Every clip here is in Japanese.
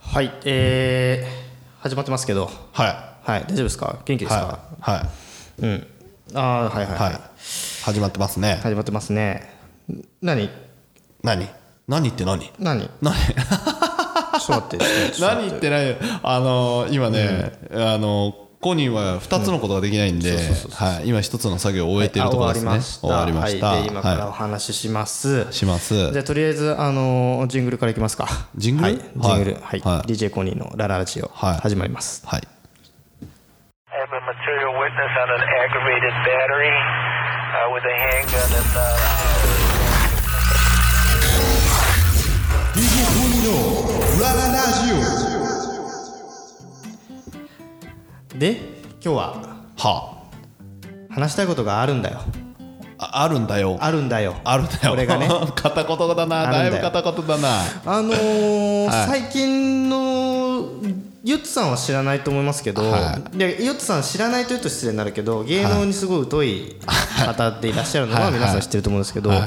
はい、えー、始まってますけど、ははい、大丈夫ですか元気いですか、はいはいうん。ああ、はいはい、はい始まってますね、始まってますね。何何何って何何 何ちょっと待って。ちょっと待何言ってないあのー今ね、あのーコニーは2つのことができないんで、はい今1つの作業を終えているところですね、あ終わりました。はい、で、今からお話しします。しますじゃあ、とりあえず、あのージングルからいきますか。ジングルはい、ジングル。ははいい。はい DJ コニーのラララジオ、はい始まります。はい I have a material witness on an aggravated battery uh, with a handgun and. Uh, DJ トニーのラララジオで、今日はは話したいことがあるんだよ。あああるんだよあるんだよ。あるんだよこれがね。 片言だなあだるいんぶだよ片言だなあのーはい最近のゆっつさんは知らないと思いますけど、はでゆっつさん知らないというと失礼になるけど芸能にすごい疎い方でいらっしゃるのははい皆さん知ってると思うんですけど、はい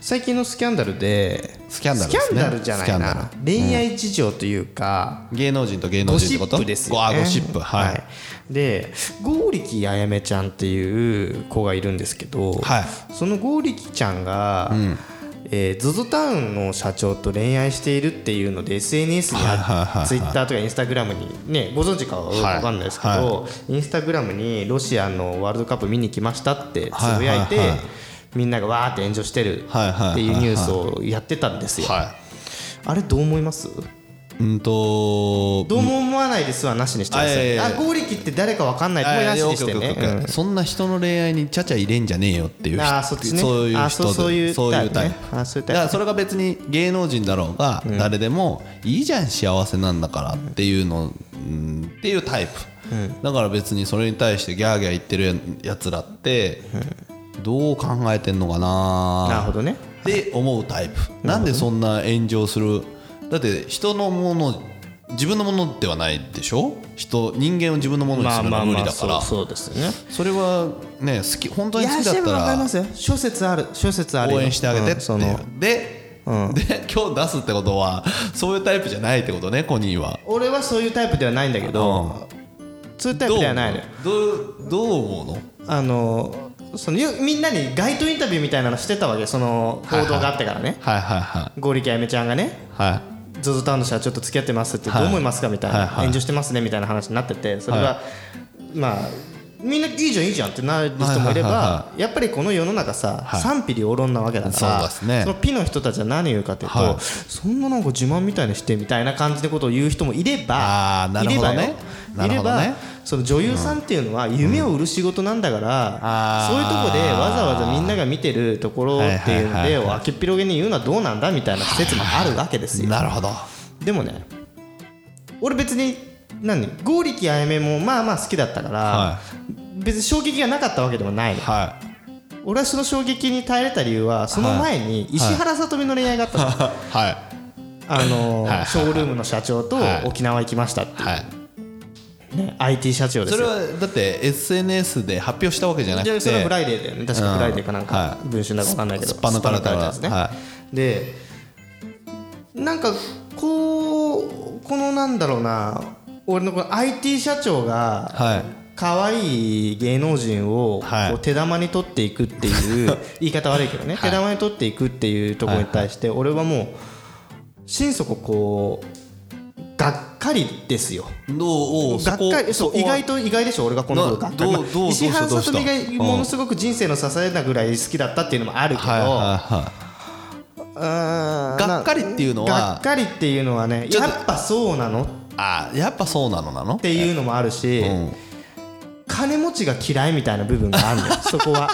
最近のスキャンダルでスキャンダルでスすねキャンダルじゃないスキャンな恋愛事情というか、芸能人と芸能ゴ人っシてことップですよごあねゴシップはい、はいで剛力あやめちゃんっていう子がいるんですけど、はいその剛力ちゃんが、えー ZOZO タウンの社長と恋愛しているっていうので SNS にはいはいはいはいツイッターとかインスタグラムにねご存知かは分かんないですけど、はいインスタグラムにロシアのワールドカップ見に来ましたってつぶやいて、はいはいはいみんながわーって炎上してるはいはいはいはいっていうニュースをやってたんですよ。あれどう思いますうんとどうも思わないですはなしにしてくだあいやいやさい。いやあ、剛力って誰かわかんない。これなしにしてあねいやオッケーオッケーオッケー。そんな人の恋愛にちゃちゃ入れんじゃねえよっていう人あーそっちねそういうあ人そうそういうそういうタタイイプねプあそういうタイプだからそれが別に芸能人だろうが誰でもいいじゃん幸せなんだからっていうのうんっていうタイプだから別にそれに対してギャーギャー言ってるやつらってどう考えてんのかななるほどね。って思うタイプなんでそんな炎上するだって人のもの自分のものではないでしょ人人間を自分のものにするのは無理だから、そうそうですよね。それはね好き本当いにや好きだっでもわかりますたよ。諸説ある諸説あらるよ。応援してあげてっうんてそのいうで、で今日出すってことはそういうタイプじゃないってことねコニーは。俺はそういうタイプではないんだけど、そういうタイプではないのよ。どうどう思うのあのそのゆみんなに街頭インタビューみたいなのしてたわけ。その報道があってからね。はいはいは剛力あやめちゃんがね。いはい ZOZO タウンの社長と付き合ってますってどう思いますかみたいはいなはい炎上してますねみたいな話になっててそれがはまあみんないいじゃんいいじゃんってなる人もいれはいはいはばいやっぱりこの世の中さはい賛否両論なわけだかそうらですねそのピの人たちは何を言うかというはといそんななんか自慢みたいにしてみたいな感じのことを言う人もいればあーなるほどねいればよいればなるほどねその女優さんっていうのは夢を売る仕事なんだからあーそういうとこでわざわざみんなが見てるところっていうのはいはいではいを明けっぴろげに言うのはどうなんだみたいな説もあるわけですよ。なるほどでもね俺別に何剛力あやめもまあまあ好きだったから、は別に衝撃がなかったわけでもないの、はい俺はその衝撃に耐えれた理由はその前に石原さとみの恋愛があったの、はあのーはいショールームの社長とはい沖縄行きましたってい、はいね IT 社長ですそよれはだって SNS で発表したわけじゃなくじゃてあそれはフライデーだよね確かフライデーかなんかは文春だか分かんないけどすっぱ抜かれたやつね、はでなんかこうこのなんだろうな俺のこの IT 社長がはい可愛い芸能人をはいこう手玉に取っていくっていう 言い方悪いけどね、手玉に取っていくっていうところに対して俺はもう心底こうがっかりですよ。どうおうがっかりそそうこ意外と意外でしょ俺がこのことがなどうまあどう石原どうさしたとみどうがしたものすごく人生の支えなぐらい好きだったっていうのもあるけど、はいはいはいががっかりっていうのはがっかりっていうのはねちょっやとっぱそうなのっあやっぱそうなのなのっていうのもあるし、うん金持ちが嫌いみたいな部分があ るのよそこは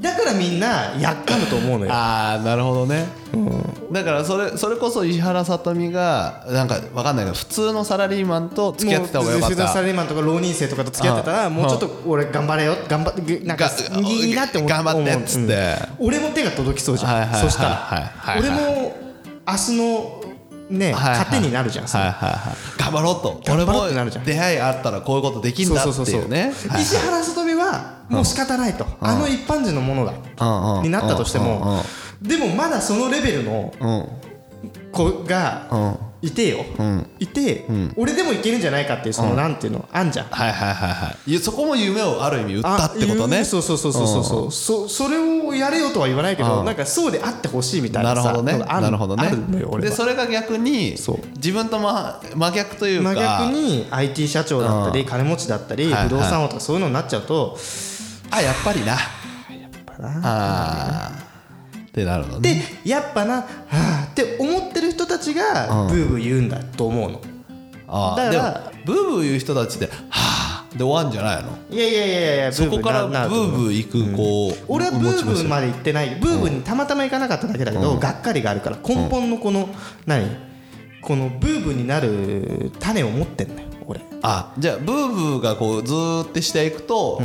だからみんなやっかむと思うのよああなるほどね、だからそれそれこそ石原さとみがなんかわかんないけど普通のサラリーマンと付き合ってた方がよかっもうたサラリーマンとか浪人生とかと付き合ってたらうんもうちょっと俺頑張れよ頑張ってなんかがいいなって思う頑張ってっつってうん俺も手が届きそうじゃん、はいはいはいそしたら、はいはいはい俺も明日のね、はいはい糧になるじゃん、それはいはいはい頑張ろうと頑張ろうってなるじゃん俺も出会いあったらこういうことできんだっていうねはい石原さとみはもう仕方ないと、あの一般人のものだ、うんうんになったとしても、でもまだそのレベルのうん子がうんいてよ、んいて、俺でもいけるんじゃないかっていうそのなんていうのあんじゃんはいはいはいはいいやそこも夢をある意味売ったってことあいねうそうそうそうそうそうそうそそれをやれよとは言わないけどなんかそうであってほしいみたいななるさほどねのがあんなるほどねあるのよ俺ではそれが逆にそう自分と真真逆というか真逆に IT 社長だったり金持ちだったりはいはい不動産王とかそういうのになっちゃうとあやっぱりなあーってなるのねでやっぱなはあって思ってる人たちがブーブー言うんだと思うのあーだでかもらブーブー言う人たちではあで終わんじゃないのいやいやいやいやそこからブななると思うーブー行くこう俺はブーブ持ちーままで行ってないブーブーにたまたま行かなかっただけだけど、がっかりがあるから根本のこの、何このブーブーになる種を持ってんだよ俺あじゃあブーブーがこうずーってしていくと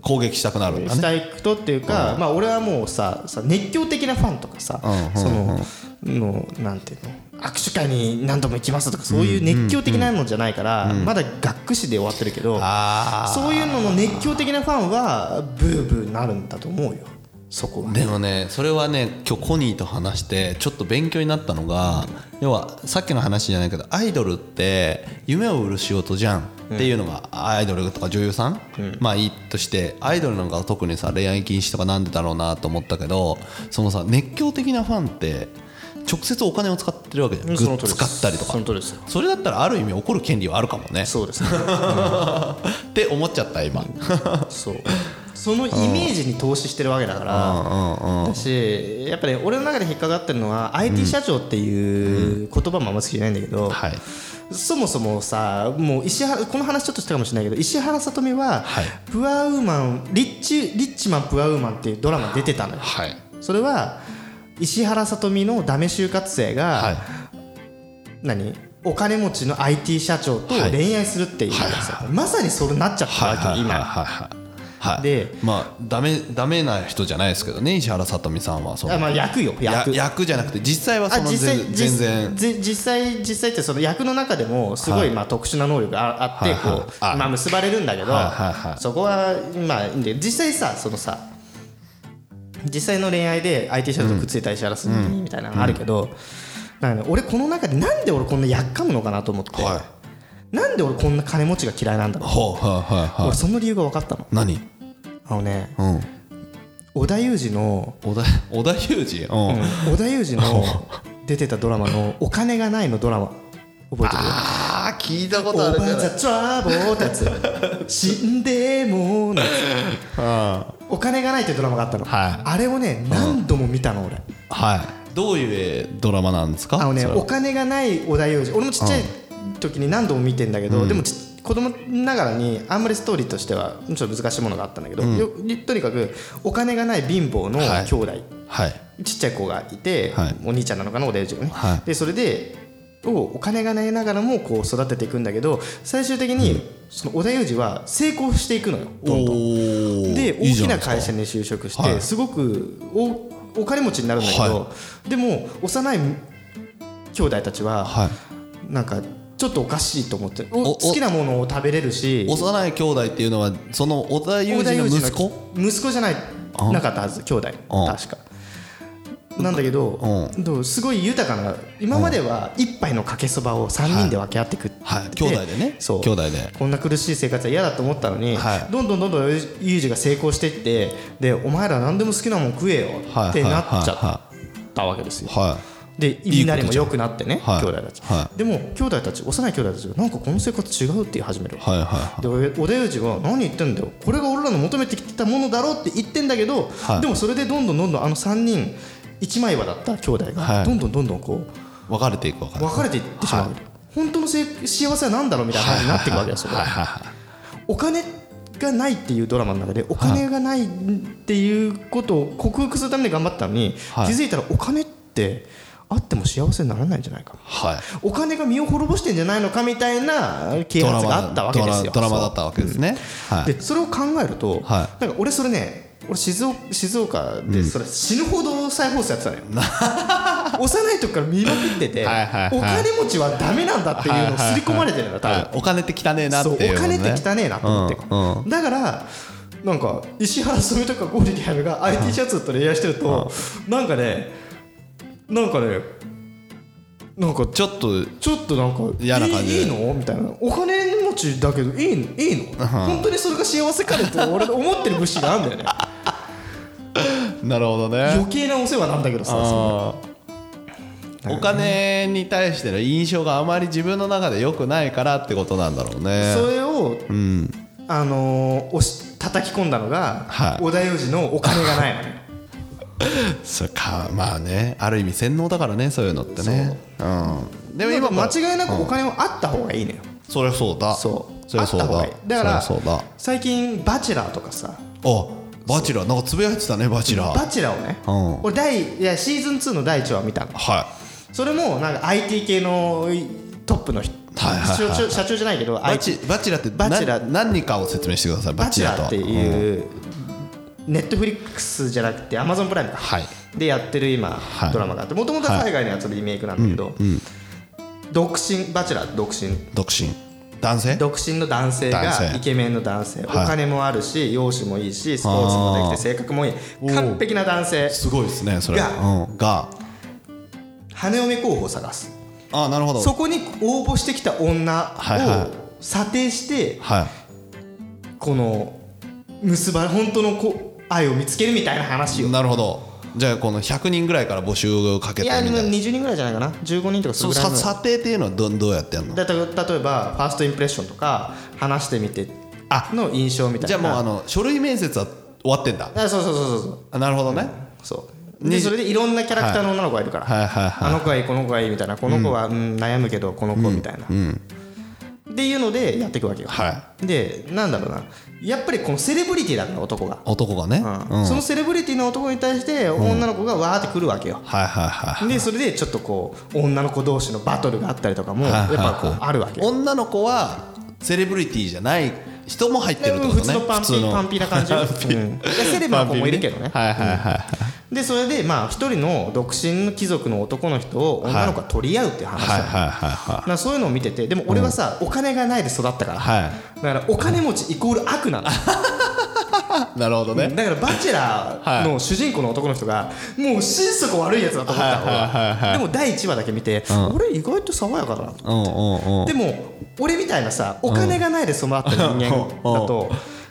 攻撃したくなるんだしねたい人っていうか、まあ俺はもうささ熱狂的なファンとかさ、うんそののなんていうの握手会に何度も行きますとかそういう熱狂的なのじゃないから、まだ学士で終わってるけどあそういうのの熱狂的なファンはブーブーになるんだと思うよそこは。でもねそれはね今日コニーと話してちょっと勉強になったのが要はさっきの話じゃないけどアイドルって夢を売る仕事じゃんっていうのがアイドルとか女優さんまあいいとしてアイドルなんかは特にさ恋愛禁止とかなんでだろうなと思ったけどそのさ熱狂的なファンって直接お金を使ってるわけじゃんうんグそッの通ズりです買ったりとかその通りですよそれだったらある意味怒る権利はあるかもねそうですねって思っちゃった今そうそのイメージに投資してるわけだからだしやっぱり俺の中で引っかかってるのは IT 社長っていう言葉もあんま好きじゃないんだけど、はいそもそもさもう石原この話ちょっとしたかもしれないけど石原さとみは、はいプアウーマンリッチリッチマンプアウーマンっていうドラマに出てたのよはいそれは石原さとみのダメ就活生が、はい何お金持ちの IT 社長とはい恋愛するっていうはいはいさまさにそれになっちゃったわけ、はいはい今、はいはいはいでまあダメダメな人じゃないですけどね石原さとみさんはそのあまあ役よや役役じゃなくて実際はそあの実際全実全然じ実際実際ってその役の中でもすごはいいまあ特殊な能力がああってはいはいこうあまあ結ばれるんだけどはいはいはいそこはまあいいんで実際さそのさ実際の恋愛で IT 社長とくっついたりしらすみたいなのあるけどなんかね俺この中でなんで俺こんなやっかむのかなと思ってはなんで俺こんな金持ちが嫌いなんだろうほうはいはいは俺いその理由が分かったの何あのねうん織田裕二の織田織田裕二うん織田裕二の出てたドラマの「お金がない」のドラマ覚えてるああ聞いたこオとあるーけバーザどトラボーってや つ死んでものやつお金がないっていうドラマがあったの、はいあれをね何度も見たの俺はいどういうドラマなんですかあのねそれはお金がない織田裕二俺もちっちゃい時に何度も見てんだけど、でもち子供ながらにあんまりストーリーとしてはちょっと難しいものがあったんだけど、よとにかくお金がない貧乏のはい兄弟、はいちっちゃい子がいて、はいお兄ちゃんなのかなお大事がね、はいでそれでをお金がないながらもこう育てていくんだけど最終的にその織田裕二は成功していくのよどんどんおでいい大じきゃないですか会社に就職しはていすごくおお金持ちになるんだけど、はでも幼い兄弟たちははいなんかちょっとおかしいと思っておお好きなものを食べれるし幼い兄弟っていうのはその織田裕織田二の裕二息子息子じゃないあなかったはず兄弟あ確かなんだけどうでもすごい豊かな今までは一杯のかけそばを3人で分け合ってくってはい兄弟でねそう兄弟でこんな苦しい生活は嫌だと思ったのにはいどんどんどんどんユージが成功していってでお前ら何でも好きなもん食えよはいってなっちゃはったわけですよいはいはいでいいことじゃんみんなにも良くなってねはい兄弟たちはでも兄弟たち幼い兄弟たちがなんかこの生活違うって言い始めるはいはいはいで俺織田裕二は何言ってんだよこれが俺らの求めてきてたものだろうって言ってんだけど、はいでもそれでどんどんどんどんあの3人一枚岩だった兄弟はがいどんどんどんどんこ分かれていくわけう分かれていってしまう、本当のせい幸せは何だろうみたいな感じになっていくわけですよ、はいはいはいお金がないっていうドラマの中でお金がないっていうことを克服するために頑張ったのに、はい気づいたらお金ってあっても幸せにならないんじゃないかはいお金が身を滅ぼしてんじゃないのかみたいな啓ドラ発マがあったわけですよドラマドラマだったわけですねはいでそれを考えると、はなんか俺それね俺静岡静岡でそれ死ぬほど再放送やってたのよ、 幼い時から見まくっててはいはいはいお金持ちはダメなんだっていうのを刷り込まれてるんだ多分、はいお金って汚ねえなってそういおうね金って汚ねえなと思って、うんうんだからなんか石原すみとかゴールディアムが IT シャツと恋愛してると、なんかねなんかねなんかちょっとちょっとなんか嫌な感じいいいいのみたいなお金持ちだけどいいのいいの、本当にそれが幸せかねって俺の思ってる節があるんだよねなるほどね余計なお世話なんだけどさそあーお金に対しての印象があまり自分の中で良くないからってことなんだろうねそれを、うんあのー、押し叩き込んだのが、はい織田裕二のお金がないのねそっかまあねある意味洗脳だからねそういうのってねうん でも今今から間違いなくうんお金はあった方がいいのよ、そりゃそうだそうそりゃそうだあった方がいいだからそりゃそうだ最近「バチェラー」とかさあバチェラーなんかつぶやいてたねバチェ「ラーバチェラー」をね、うん俺第いやシーズン2の第1話見たのはそれもなんか IT 系のトップの人、はいはいはいはい社長社長じゃないけどいバ IT チバチェラーってバチェラーな何かを説明してくださいバチェラとーはっていうネットフリックスじゃなくてアマゾンプライムか、はいでやってる今、はいドラマがあってもともとは海外のやつでリメイクなんだけど、独身バチェラー独身独身男性独身の男性が男性イケメンの男性はいお金もあるし容姿もいいしスポーツもできて性格もいいー完璧な男性すごいですねそれがうんが花嫁候補を探すあなるほどそこに応募してきた女はいはを査定してはいこの結ば本当のこ愛を見つけるみたいな話をなるほどじゃあこの100人ぐらいから募集をかけいてやみでもたいな20人ぐらいじゃないかな15人とかそれそうぐらいさの査定っていうのはどどうやってやるのだた例えばファーストインプレッションとか話してみての印象みたいなじゃあもうあの書類面接は終わってんだあそうそうそうそうそうあなるほどね、そうでにそれでいろんなキャラクターの女の子がいるから、はいはいはいあの子がいいこの子がいいみたいなこの子は、うん悩むけどこの子みたいな、っていうのでやっていくわけよ、はでなんだろうなやっぱりこのセレブリティだから男が、男がね、うんうんそのセレブリティの男に対して女の子がわーって来るわけよ、はいはいはいでそれでちょっとこう女の子同士のバトルがあったりとかもはやいっはいはいぱこうあるわけよ女の子はセレブリティじゃない人も入ってるってこと普ね通のパンピーパンピーな感じ よ、うんいやセレブな子もいるけどねはいはいはでそれでまあ一人の独身の貴族の男の人を女の子が取り合うっていうい話はいだはいはなそういうのを見ててでも俺はさ、お金がないで育ったから、はいだからお金持ちイコール悪なのいなるほどねだから「バチェラー」の主人公の男の人がもう心底悪いやつだと思った俺ははいはいはいはいでも第1話だけ見て、俺意外と爽やかだなとうんうんうんでも俺みたいなさお金がないで育った人間だと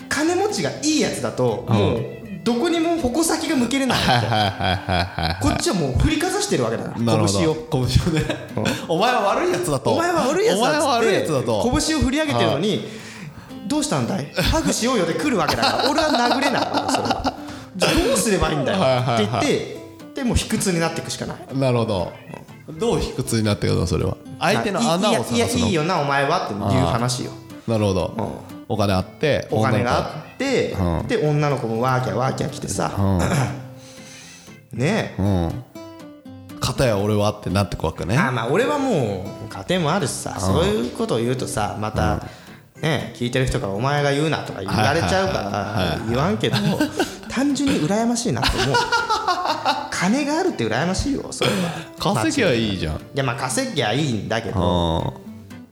金持ちがいいやつだともうどこにも矛先が向けれないわけはいはいはいはこっちはもう振りかざしてるわけだからいなるほど拳を拳をねお前は悪いやつだとお前は悪いやつだっつってお前は悪いやつだと拳を振り上げてるのにどうしたんだいハグしようよで来るわけだから俺は殴れないわそれはじゃあどうすればいいんだよはいはいっはいて言ってでもう卑屈になっていくしかないなるほどどう卑屈になってくるのそれは相手の穴を探すのいやいやいいよなお前はっていう話よなるほどお金あってお金が女の子あって、うんで女の子もワーキャーワーキャー来てさ、ねえ、うん片や俺はってなってくわけねあまあ俺はもう家庭もあるしさ、そういうことを言うとさまた、ねえ聞いてる人から「お前が言うな」とか言われちゃうから言わんけど単純に羨ましいなと思う金があるって羨ましいよそれは稼ぎはいいじゃんいやまあ稼ぎゃいいんだけど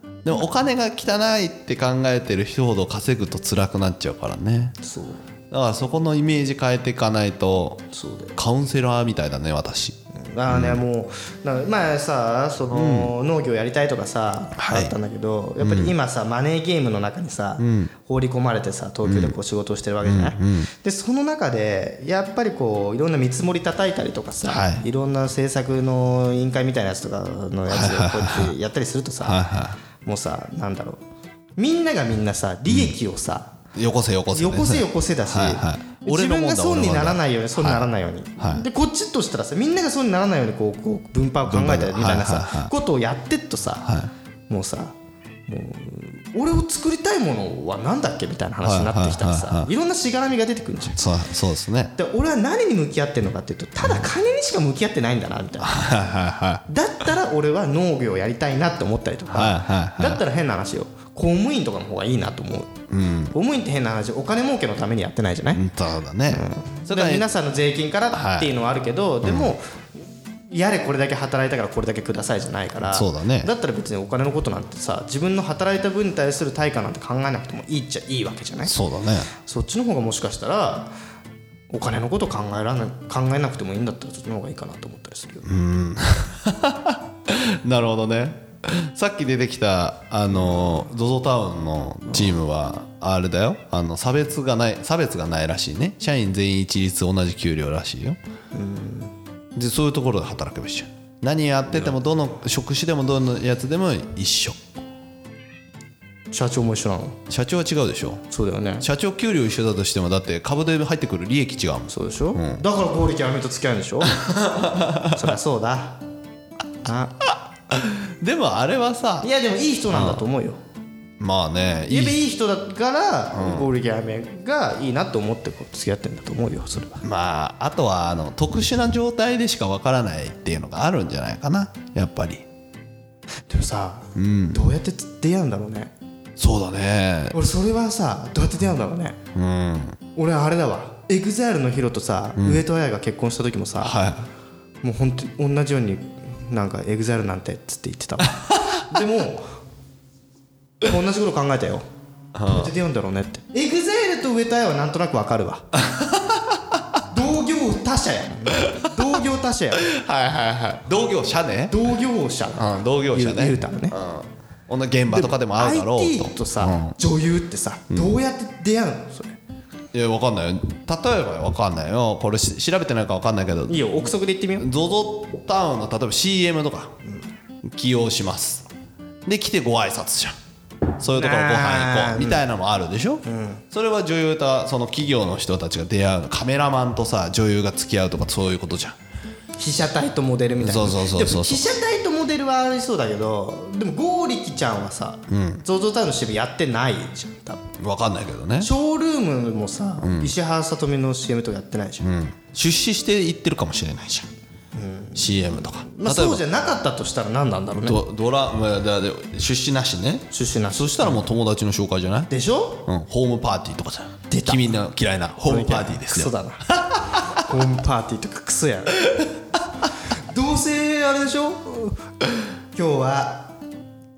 うんでもお金が汚いって考えてる人ほど稼ぐと辛くなっちゃうからねそうだからそこのイメージ変えていかないとそうだよカウンセラーみたいだね私あね、もうだから前さその、農業やりたいとかさ、はいあったんだけどやっぱり今さ、マネーゲームの中にさ、放り込まれてさ東京でこう仕事をしてるわけじゃない、でその中でやっぱりこういろんな見積もり叩いたりとかさ、はいい、ろんな政策の委員会みたいなやつとかのやつでこうやってやったりするとさ、はいはもうさなんだろうみんながみんなさ利益をさ、よこせよこせねよこせよこせだし、はいはい自分が損にならないように損俺のもんだ俺のもんだにならないように、はいでこっちとしたらさみんなが損にならないようにこうこう分配を考えたりみたいなさ、はいはいはいことをやってっとさ、もうさもう俺を作りたいものは何だっけみたいな話になってきたらさ、はいいはいはいはろんなしがらみが出てくるんじゃん。 そうそうですねで俺は何に向き合ってるのかっていうとただ金にしか向き合ってないんだなみたいなはいはいはだったら俺は農業やりたいなって思ったりとか、はいはいはいだったら変な話よ公務員とかの方がいいなと思う、公務員って変な話お金儲けのためにやってないじゃない、いそうだねそそれれはは皆さんの税金からっていうのはあるけど、でも、やれこれだけ働いたからこれだけくださいじゃないからそうだっねたら別にお金のことなんてさ自分の働いた分に対する対価なんて考えなくてもいいっちゃいいわけじゃないそそうだねっちの方がもしかしたらお金のこと考えらな考えなくてもいいんだったらそっちの方がいいかなと思ったりするよ、なるほどねさっき出てきたあの ZOZO タウンのチームはあれだよあの差別がない差別がないらしいね社員全員一律同じ給料らしいよでそういうところで働けば一緒何やっててもどの職種でもどのやつでも一緒社長も一緒なの社長は違うでしょそうだよね社長給料一緒だとしてもだって株で入ってくる利益違うもんそうでしょ、だから剛力亜美と付き合うんでし ょそりゃそうだあでもあれはさいやでもいい人なんだと思うよまあねいやっぱいいい人だから剛力亜美がいいなと思ってこう付き合ってんだと思うよそれはまああとはあの特殊な状態でしかわからないっていうのがあるんじゃないかなやっぱりでもさ、どうやって出会うんだろうねそうだね俺それはさどうやって出会うんだろうねうん俺あれだわ EXILE のヒロとさ、上戸彩が結婚した時もさ、はいもう本当に同じようになんか EXILE なんてっつって言ってたわでも同じこと考えたよどうやって出会うんだろうねって EXILE と上戸彩はなんとなくわかるわ同業他社や同業他社やはいはいはい同業者ね同業者うん同業者言ねう言うたらねこんな現場とかでも会うだろう IT とさ、女優ってさどうやって出会うのそれうんいやわかんないよ例えばわかんないよこれし調べてないかわかんないけどいいよ憶測で言ってみよう ZOZO タウンの例えば CM とか起用しますで来てご挨拶じゃんそういうところご飯行こあーうみたいなのもあるでしょ、それは女優とその企業の人たちが出会うカメラマンとさ女優が付き合うとかそういうことじゃん被写体とモデルみたいなそうそうそうそうでも被写体とモデルはありそうだけどでも剛力ちゃんはさ ZOZO タウンの CM やってないじゃん多分分かんないけどねショールームもさ、石原さとみの CM とかやってないじゃん、出資して行ってるかもしれないじゃん、CM とか、まあ、例えそうばじゃなかったとしたら何なんだろうねドドラまあだだ出資なしね出身なそしたらもう友達の紹介じゃないでしょうん、ホームパーティーとかじゃん出た君の嫌いなホームパーティーですよクソ だなホームパーティーとかクソやなどうせあれでしょ今日は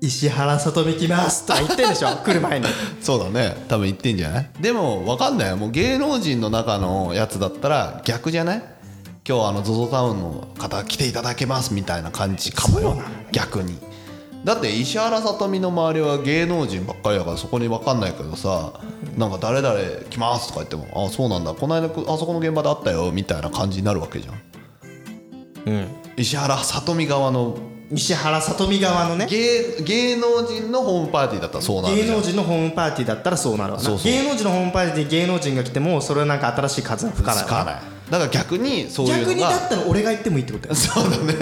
石原さとみ来ますとか言ってんでしょ来る前にそうだね多分言ってんじゃないでも分かんないよもう芸能人の中のやつだったら逆じゃない今日あの ZOZO タウンの方来ていただけますみたいな感じかもよ、逆にだって石原さとみの周りは芸能人ばっかりだからそこに分かんないけどさなんか誰々来ますとか言ってもあそうなんだこの間くあそこの現場で会ったよみたいな感じになるわけじゃん、石原さとみ側の石原さとみ側のね芸芸能人のホームパーティーだったらそうなるじゃ芸ん能人のホームパーティーだったらそうなるわなそうそう芸能人のホームパーティー芸能人が来てもそれはなんか新しい風は吹かないつわかないだから逆にそういうのが逆にだったら俺が行ってもいいってことやそうだね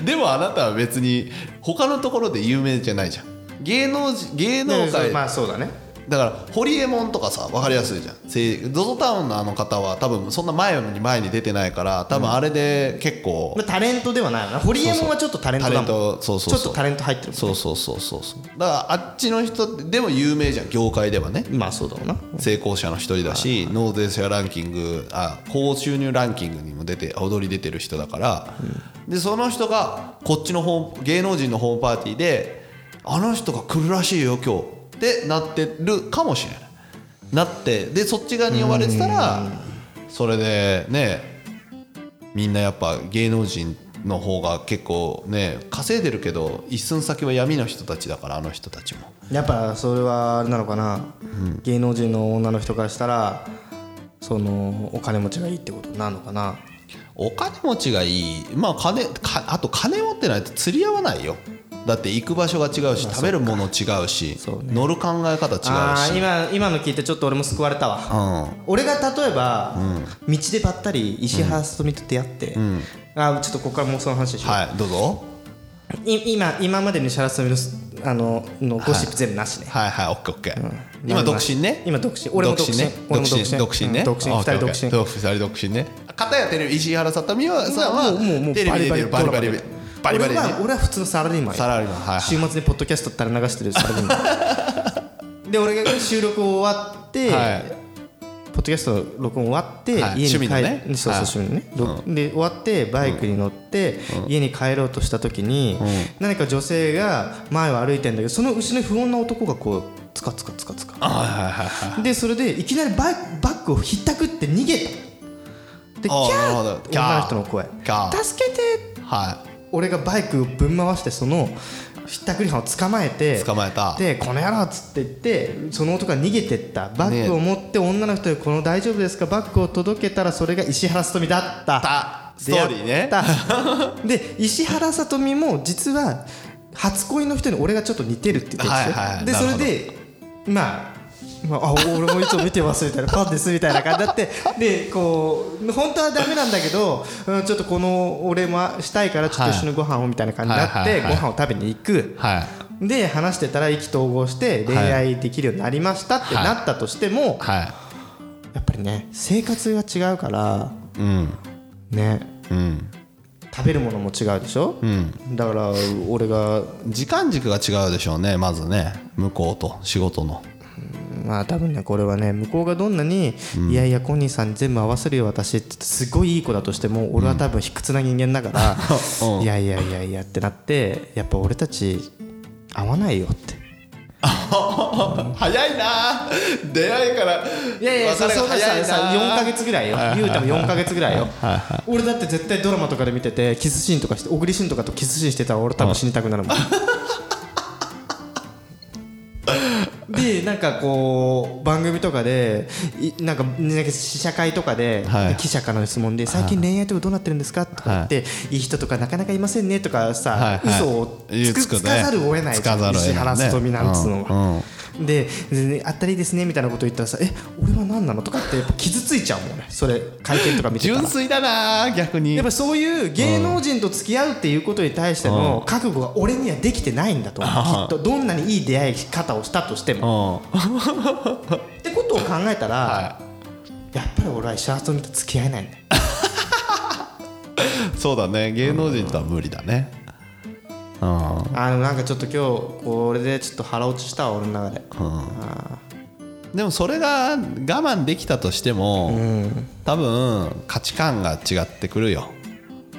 でもあなたは別に他のところで有名じゃないじゃん芸能人芸能界、まあそうだねだからホリエモンとかさ分かりやすいじゃん ZOZO タウンのあの方は多分そんな前に前に出てないから多分あれで結構、まあタレントではないよな堀江もはちょっとタレントだもんタレントそうそうそうちょっとタレント入ってるもんねそうそうそうそうそうだからあっちの人でも有名じゃん業界ではねまあそうだろうな成功者の一人だし納税者ランキングあ高収入ランキングにも出て踊り出てる人だから、でその人がこっちのホーム芸能人のホームパーティーであの人が来るらしいよ今日ってなってるかもしれないなってでそっち側に呼ばれてたらそれでねみんなやっぱ芸能人の方が結構ね稼いでるけど一寸先は闇の人たちだからあの人たちも。やっぱそれはあれなのかな、芸能人の女の人からしたらそのお金持ちがいいってことになるのかなお金持ちがいいまあ金かあと金持ってないと釣り合わないよだって行く場所が違うし食べるもの違うしそうね乗る考え方違うああし今今の聞いてちょっと俺も救われたわうん俺が例えば、道でばったり石原さとみと出会って、あーちょっとここからもうその話でしょ、はいどうぞい今今までの石原さとみのすあののゴシップ全部なしね、はいはいオッケーオッケー今独身ね今独身俺も独身ね俺独も独身身独身ねうん独身あオッケー二人オッケー独二人独身ね片やテレビ石原さとみはさんはもうもうもうテレビ出てるババリリババリリバリバリ俺はね俺は普通のサラリーマンよサラリーマンはいはい週末にポッドキャスト垂れ流してるサラリーマ ンで俺が収録終わって、はいポッドキャストの録音終わって、はい家に帰趣味のねそうはいそう趣味のね、ろで終わってバイクに乗って、家に帰ろうとした時に、何か女性が前を歩いてんだけどその後ろに不穏な男がこうつかつかつかつかでそれでいきなりバイバッグをひったくって逃げたでキャあーなるほーどってキャー女の人の声キャー助けてはい俺がバイクぶん回してそのひったくり犯を捕まえて捕まえたでこの野郎っつって言ってその男が逃げてったバッグを持って女の人にこの大丈夫ですかバッグを届けたらそれが石原さとみだったたストーリーねでやった で石原さとみも実は初恋の人に俺がちょっと似てるって言ってたんですよはいはでそれいなるほどでまあまあ、あ俺もいつも見てますみたいなファンですみたいな感じになってでこう本当はダメなんだけど、うん、ちょっとこの俺もしたいからちょっと一緒にご飯をみたいな感じになっはいはていはごい飯を食べに行く、はいで話してたら意気投合して恋愛できるようになりましたってはいなったとしても、はやっぱりね生活が違うからいうんねうん食べるものも違うでしょ、んだから俺が時間軸が違うでしょうねまずね向こうと仕事のまあ多分ねこれはね向こうがどんなに、いやいやコニーさんに全部合わせるよ私ってすごいいい子だとしても俺は多分卑屈な人間だから、 うんいやいやいやいやってなってやっぱ俺たち合わないよって早いな出会いからいやいや、そうそうださ、さ4ヶ月月ぐらいよ、言うても4ヶ月ぐらいよ、俺だって絶対ドラマとかで見てて、キスシーンとかして、小栗旬とかとキスシーンしてたら、俺、多分死にたくなる もん。でなんかこう番組とかでいなんかなんか試写会とかで、はい記者からの質問で最近恋愛とかどうなってるんですかとか言って、い、い人とかなかなかいませんねとかさ、はいはい嘘をつくつくねつかざるを得ないつかざるを得ないね石原さとみなんつうのは、うんうんで全然あったりですねみたいなこと言ったらさえ俺は何なのとかってやっぱ傷ついちゃうもんねそれ会見とか見てたら純粋だな逆にやっぱそういう芸能人と付き合うっていうことに対しての覚悟が俺にはできてないんだと思うきっとどんなにいい出会い方をしたとしてうもんってことを考えたらはやっぱり俺は石原さとみと付き合えないんだよそうだね芸能人とは無理だねうんあのなんかちょっと今日これでちょっと腹落ちしたわ俺の中ででもそれが我慢できたとしても、多分価値観が違ってくるよ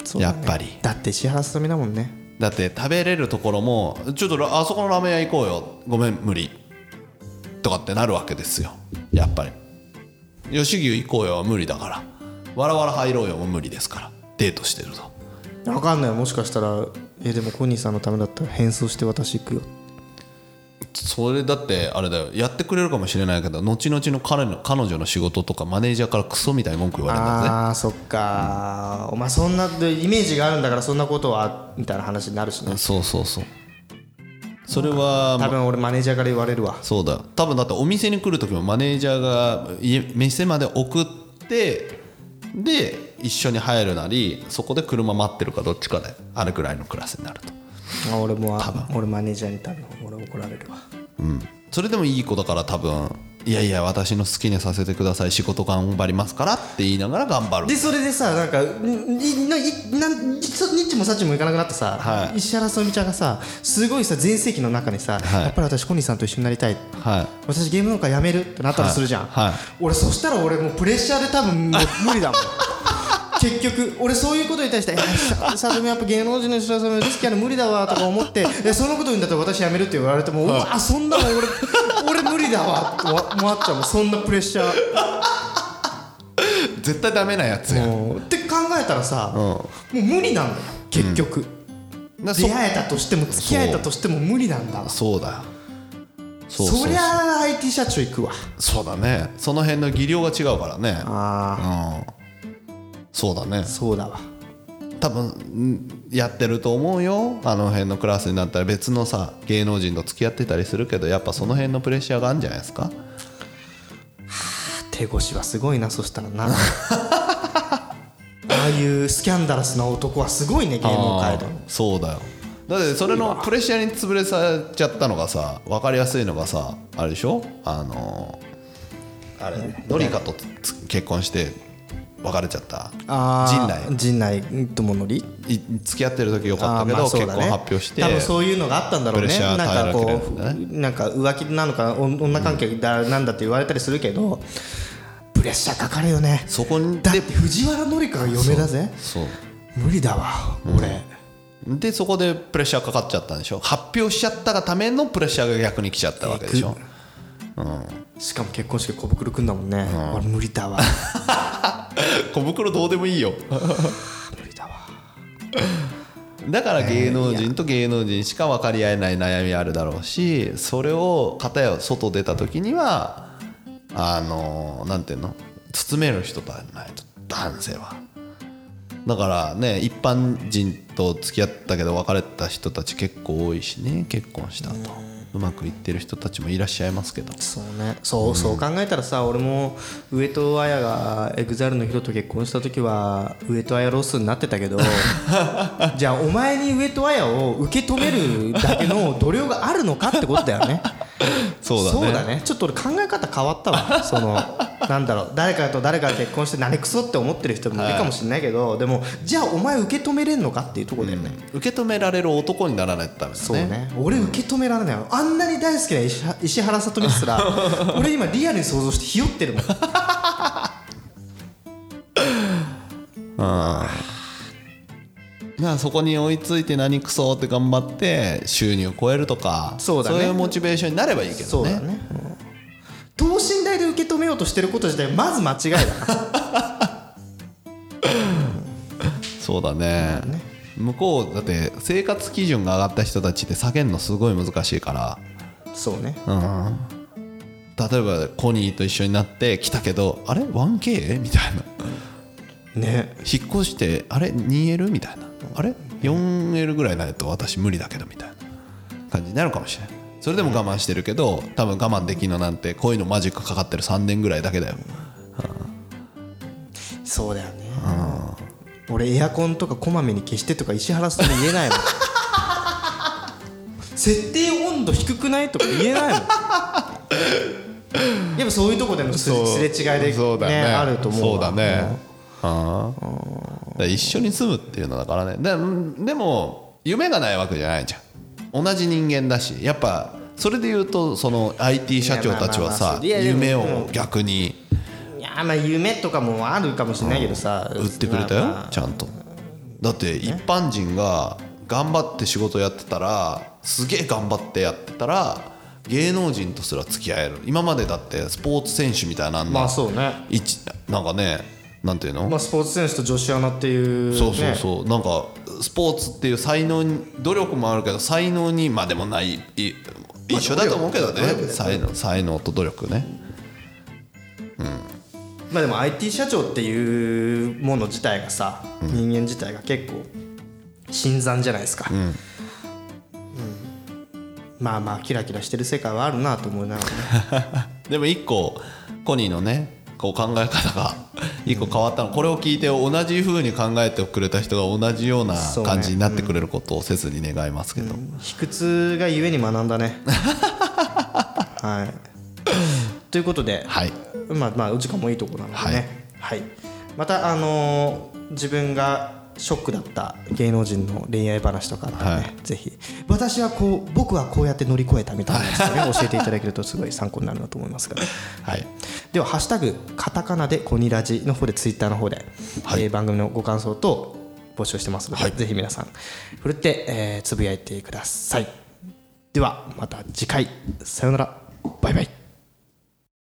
そうだねやっぱりだって石原さとみだもんねだって食べれるところもちょっとラあそこのラーメン屋行こうよごめん無理とかってなるわけですよやっぱり吉牛行こうよは無理だからわらわら入ろうよも無理ですからデートしてるとわかんないもしかしたらえでもコニーさんのためだったら変装して私行くよそれだってあれだよやってくれるかもしれないけど後々の彼の彼女の仕事とかマネージャーからクソみたいに文句言われるんだぜああーそっか、お前そんなでイメージがあるんだからそんなことはみたいな話になるしねそうそうそうそれは多分俺マネージャーから言われるわそうだよ多分だってお店に来る時もマネージャーが家店まで送ってで一緒に入るなりそこで車待ってるかどっちかであれくらいのクラスになるとあ俺もあ俺マネージャーに多分俺怒られるわそれでもいい子だから多分いやいや私の好きにさせてください仕事頑張りますからって言いながら頑張るでそれでさなんかんいないなんいそニッチもサッチもいかなくなってさ、はい石原さとみちゃんがさすごいさ全盛期の中にさ、はいやっぱり私コニーさんと一緒になりたいはい私ゲーム農家辞めるってなったとするじゃん、はいはい俺そしたら俺もうプレッシャーで多分もう無理だもん結局俺そういうことに対して「いやささとみやっぱ芸能人の人はその付き合うの無理だわ」とか思って「えそのこと言うんだったら私辞める」って言われても「うわそんなの俺俺無理だわ」と思っちゃうもんそんなプレッシャー絶対ダメなやつやんもうって考えたらさ、もう無理なんだよ結局、だそ出会えたとしても付き合えたとしても無理なんだわそそうだよそうそうそうりゃあ IT 社長行くわそうだねその辺の技量が違うからねああうんそうだねそうだわ多分んやってると思うよあの辺のクラスになったら別のさ芸能人と付き合ってたりするけどやっぱその辺のプレッシャーがあるんじゃないですか手越しはすごいなそしたらな ああいうスキャンダラスな男はすごいね芸能界でもあーそうだよだってそれのプレッシャーに潰れされちゃったのがさ分かりやすいのがさあれでしょあのーあれノリカとつ結婚して別れちゃった陣あー内陣内友則い付き合ってる時よかったけど、あーまあ結そう婚だ発ね表して多分そういうのがあったんだろうプレッねシャなーんかこ耐えられてるんうなんか浮気なのかお女関係だなんだって言われたりするけどプレッシャーかかるよねそこにだってで藤原紀香が嫁だぜそう無理だわ俺でそこでプレッシャーかかっちゃったんでしょ発表しちゃったがためのプレッシャーが逆に来ちゃったわけでしょしかも結婚式で小袋くんだもんね俺無理だ わ小袋どうでもいいよ無理だわだから芸能人と芸能人しか分かり合えない悩みあるだろうしそれを片や外出た時にはあのなんていうの包める人と会えないと男性はだからね一般人と付き合ったけど別れた人たち結構多いしね結婚した後うまくいってる人たちもいらっしゃいますけどそうねそうそう考えたらさ、俺も上戸彩が EXILE のヒロと結婚した時は上戸彩ロスになってたけ どじゃあお前に上戸彩を受け止めるだけの度量があるのかってことだよね そうだねちょっと俺考え方変わった わそのなんだろう誰かと誰かが結婚して何クソって思ってる人もいるかもしれないけど、でもじゃあお前受け止めれんのかっていうとこだよね、受け止められる男にならないとダメだねそうね俺受け止められないよあんなに大好きな石原石原さとみす ら俺今リアルに想像してひよってるもんまあそこに追いついて何クソって頑張って収入を超えるとかそうだねいうモチベーションになればいいけそどうだねね、うん等身大で受け止めようとしてること自体まず間違いだなそうだね向こうだって生活基準が上がった人たちって避けるのすごい難しいから そうね例えばコニーと一緒になって来たけどあれ 1K? みたいなね引っ越してあれ 2L? みたいなあれ 4L ぐらいないと私無理だけどみたいな感じになるかもしれないそれでも我慢してるけど多分我慢できんのなんてこういうのマジックかかってる3年ぐらいだけだよそうだよね俺エアコンとかこまめに消してとか石原さとみ言えないもん 設定温度低くないとか言えないもんやっぱそういうとこでのすすれ違いで、そうだねあると思うわそうだねああだから一緒に住むっていうのだからねだうんでも夢がないわけじゃないじゃん同じ人間だしやっぱそれで言うとその IT 社長たちはさいやまあまあまあそういや夢でもを逆にいやまあ夢とかもあるかもしれないけどさ、売ってくれたよまあまあちゃんとだって一般人が頑張って仕事やってたらすげえ頑張ってやってたら芸能人とすら付き合える今までだってスポーツ選手みたいなあんなまあそうね、一なんかねなんていうの、まあ、スポーツ選手と女子アナっていう、ね、そうそうそう、なんかスポーツっていう才能に努力もあるけど才能にまあでもないい一緒だと思うけどね才能才能と努力ねまあでも IT 社長っていうもの自体がさ、人間自体が結構新参じゃないですか、うんまあまあキラキラしてる世界はあるなと思いながらねでも一個コニーのねこう考え方が一個変わったのこれを聞いて同じ風に考えてくれた人が同じようなそうね感じになってくれることを切に願いますけど、卑屈がゆえに学んだ ねはいということで、はいまあまあ時間もいいところなのでね、はいまたあのー自分がショックだった芸能人の恋愛話とかあったらね、はいぜひ私はこう僕はこうやって乗り越えたみたいなやつをね教えていただけるとすごい参考になるなと思いますが、はい、では「ハッシュタグカタカナ」で「コニラジ」の方でツイッターの方で、はいえー番組のご感想と募集してますので、ぜひ皆さんふるって、えーつぶやいてくださいではまた次回さようならバイバイ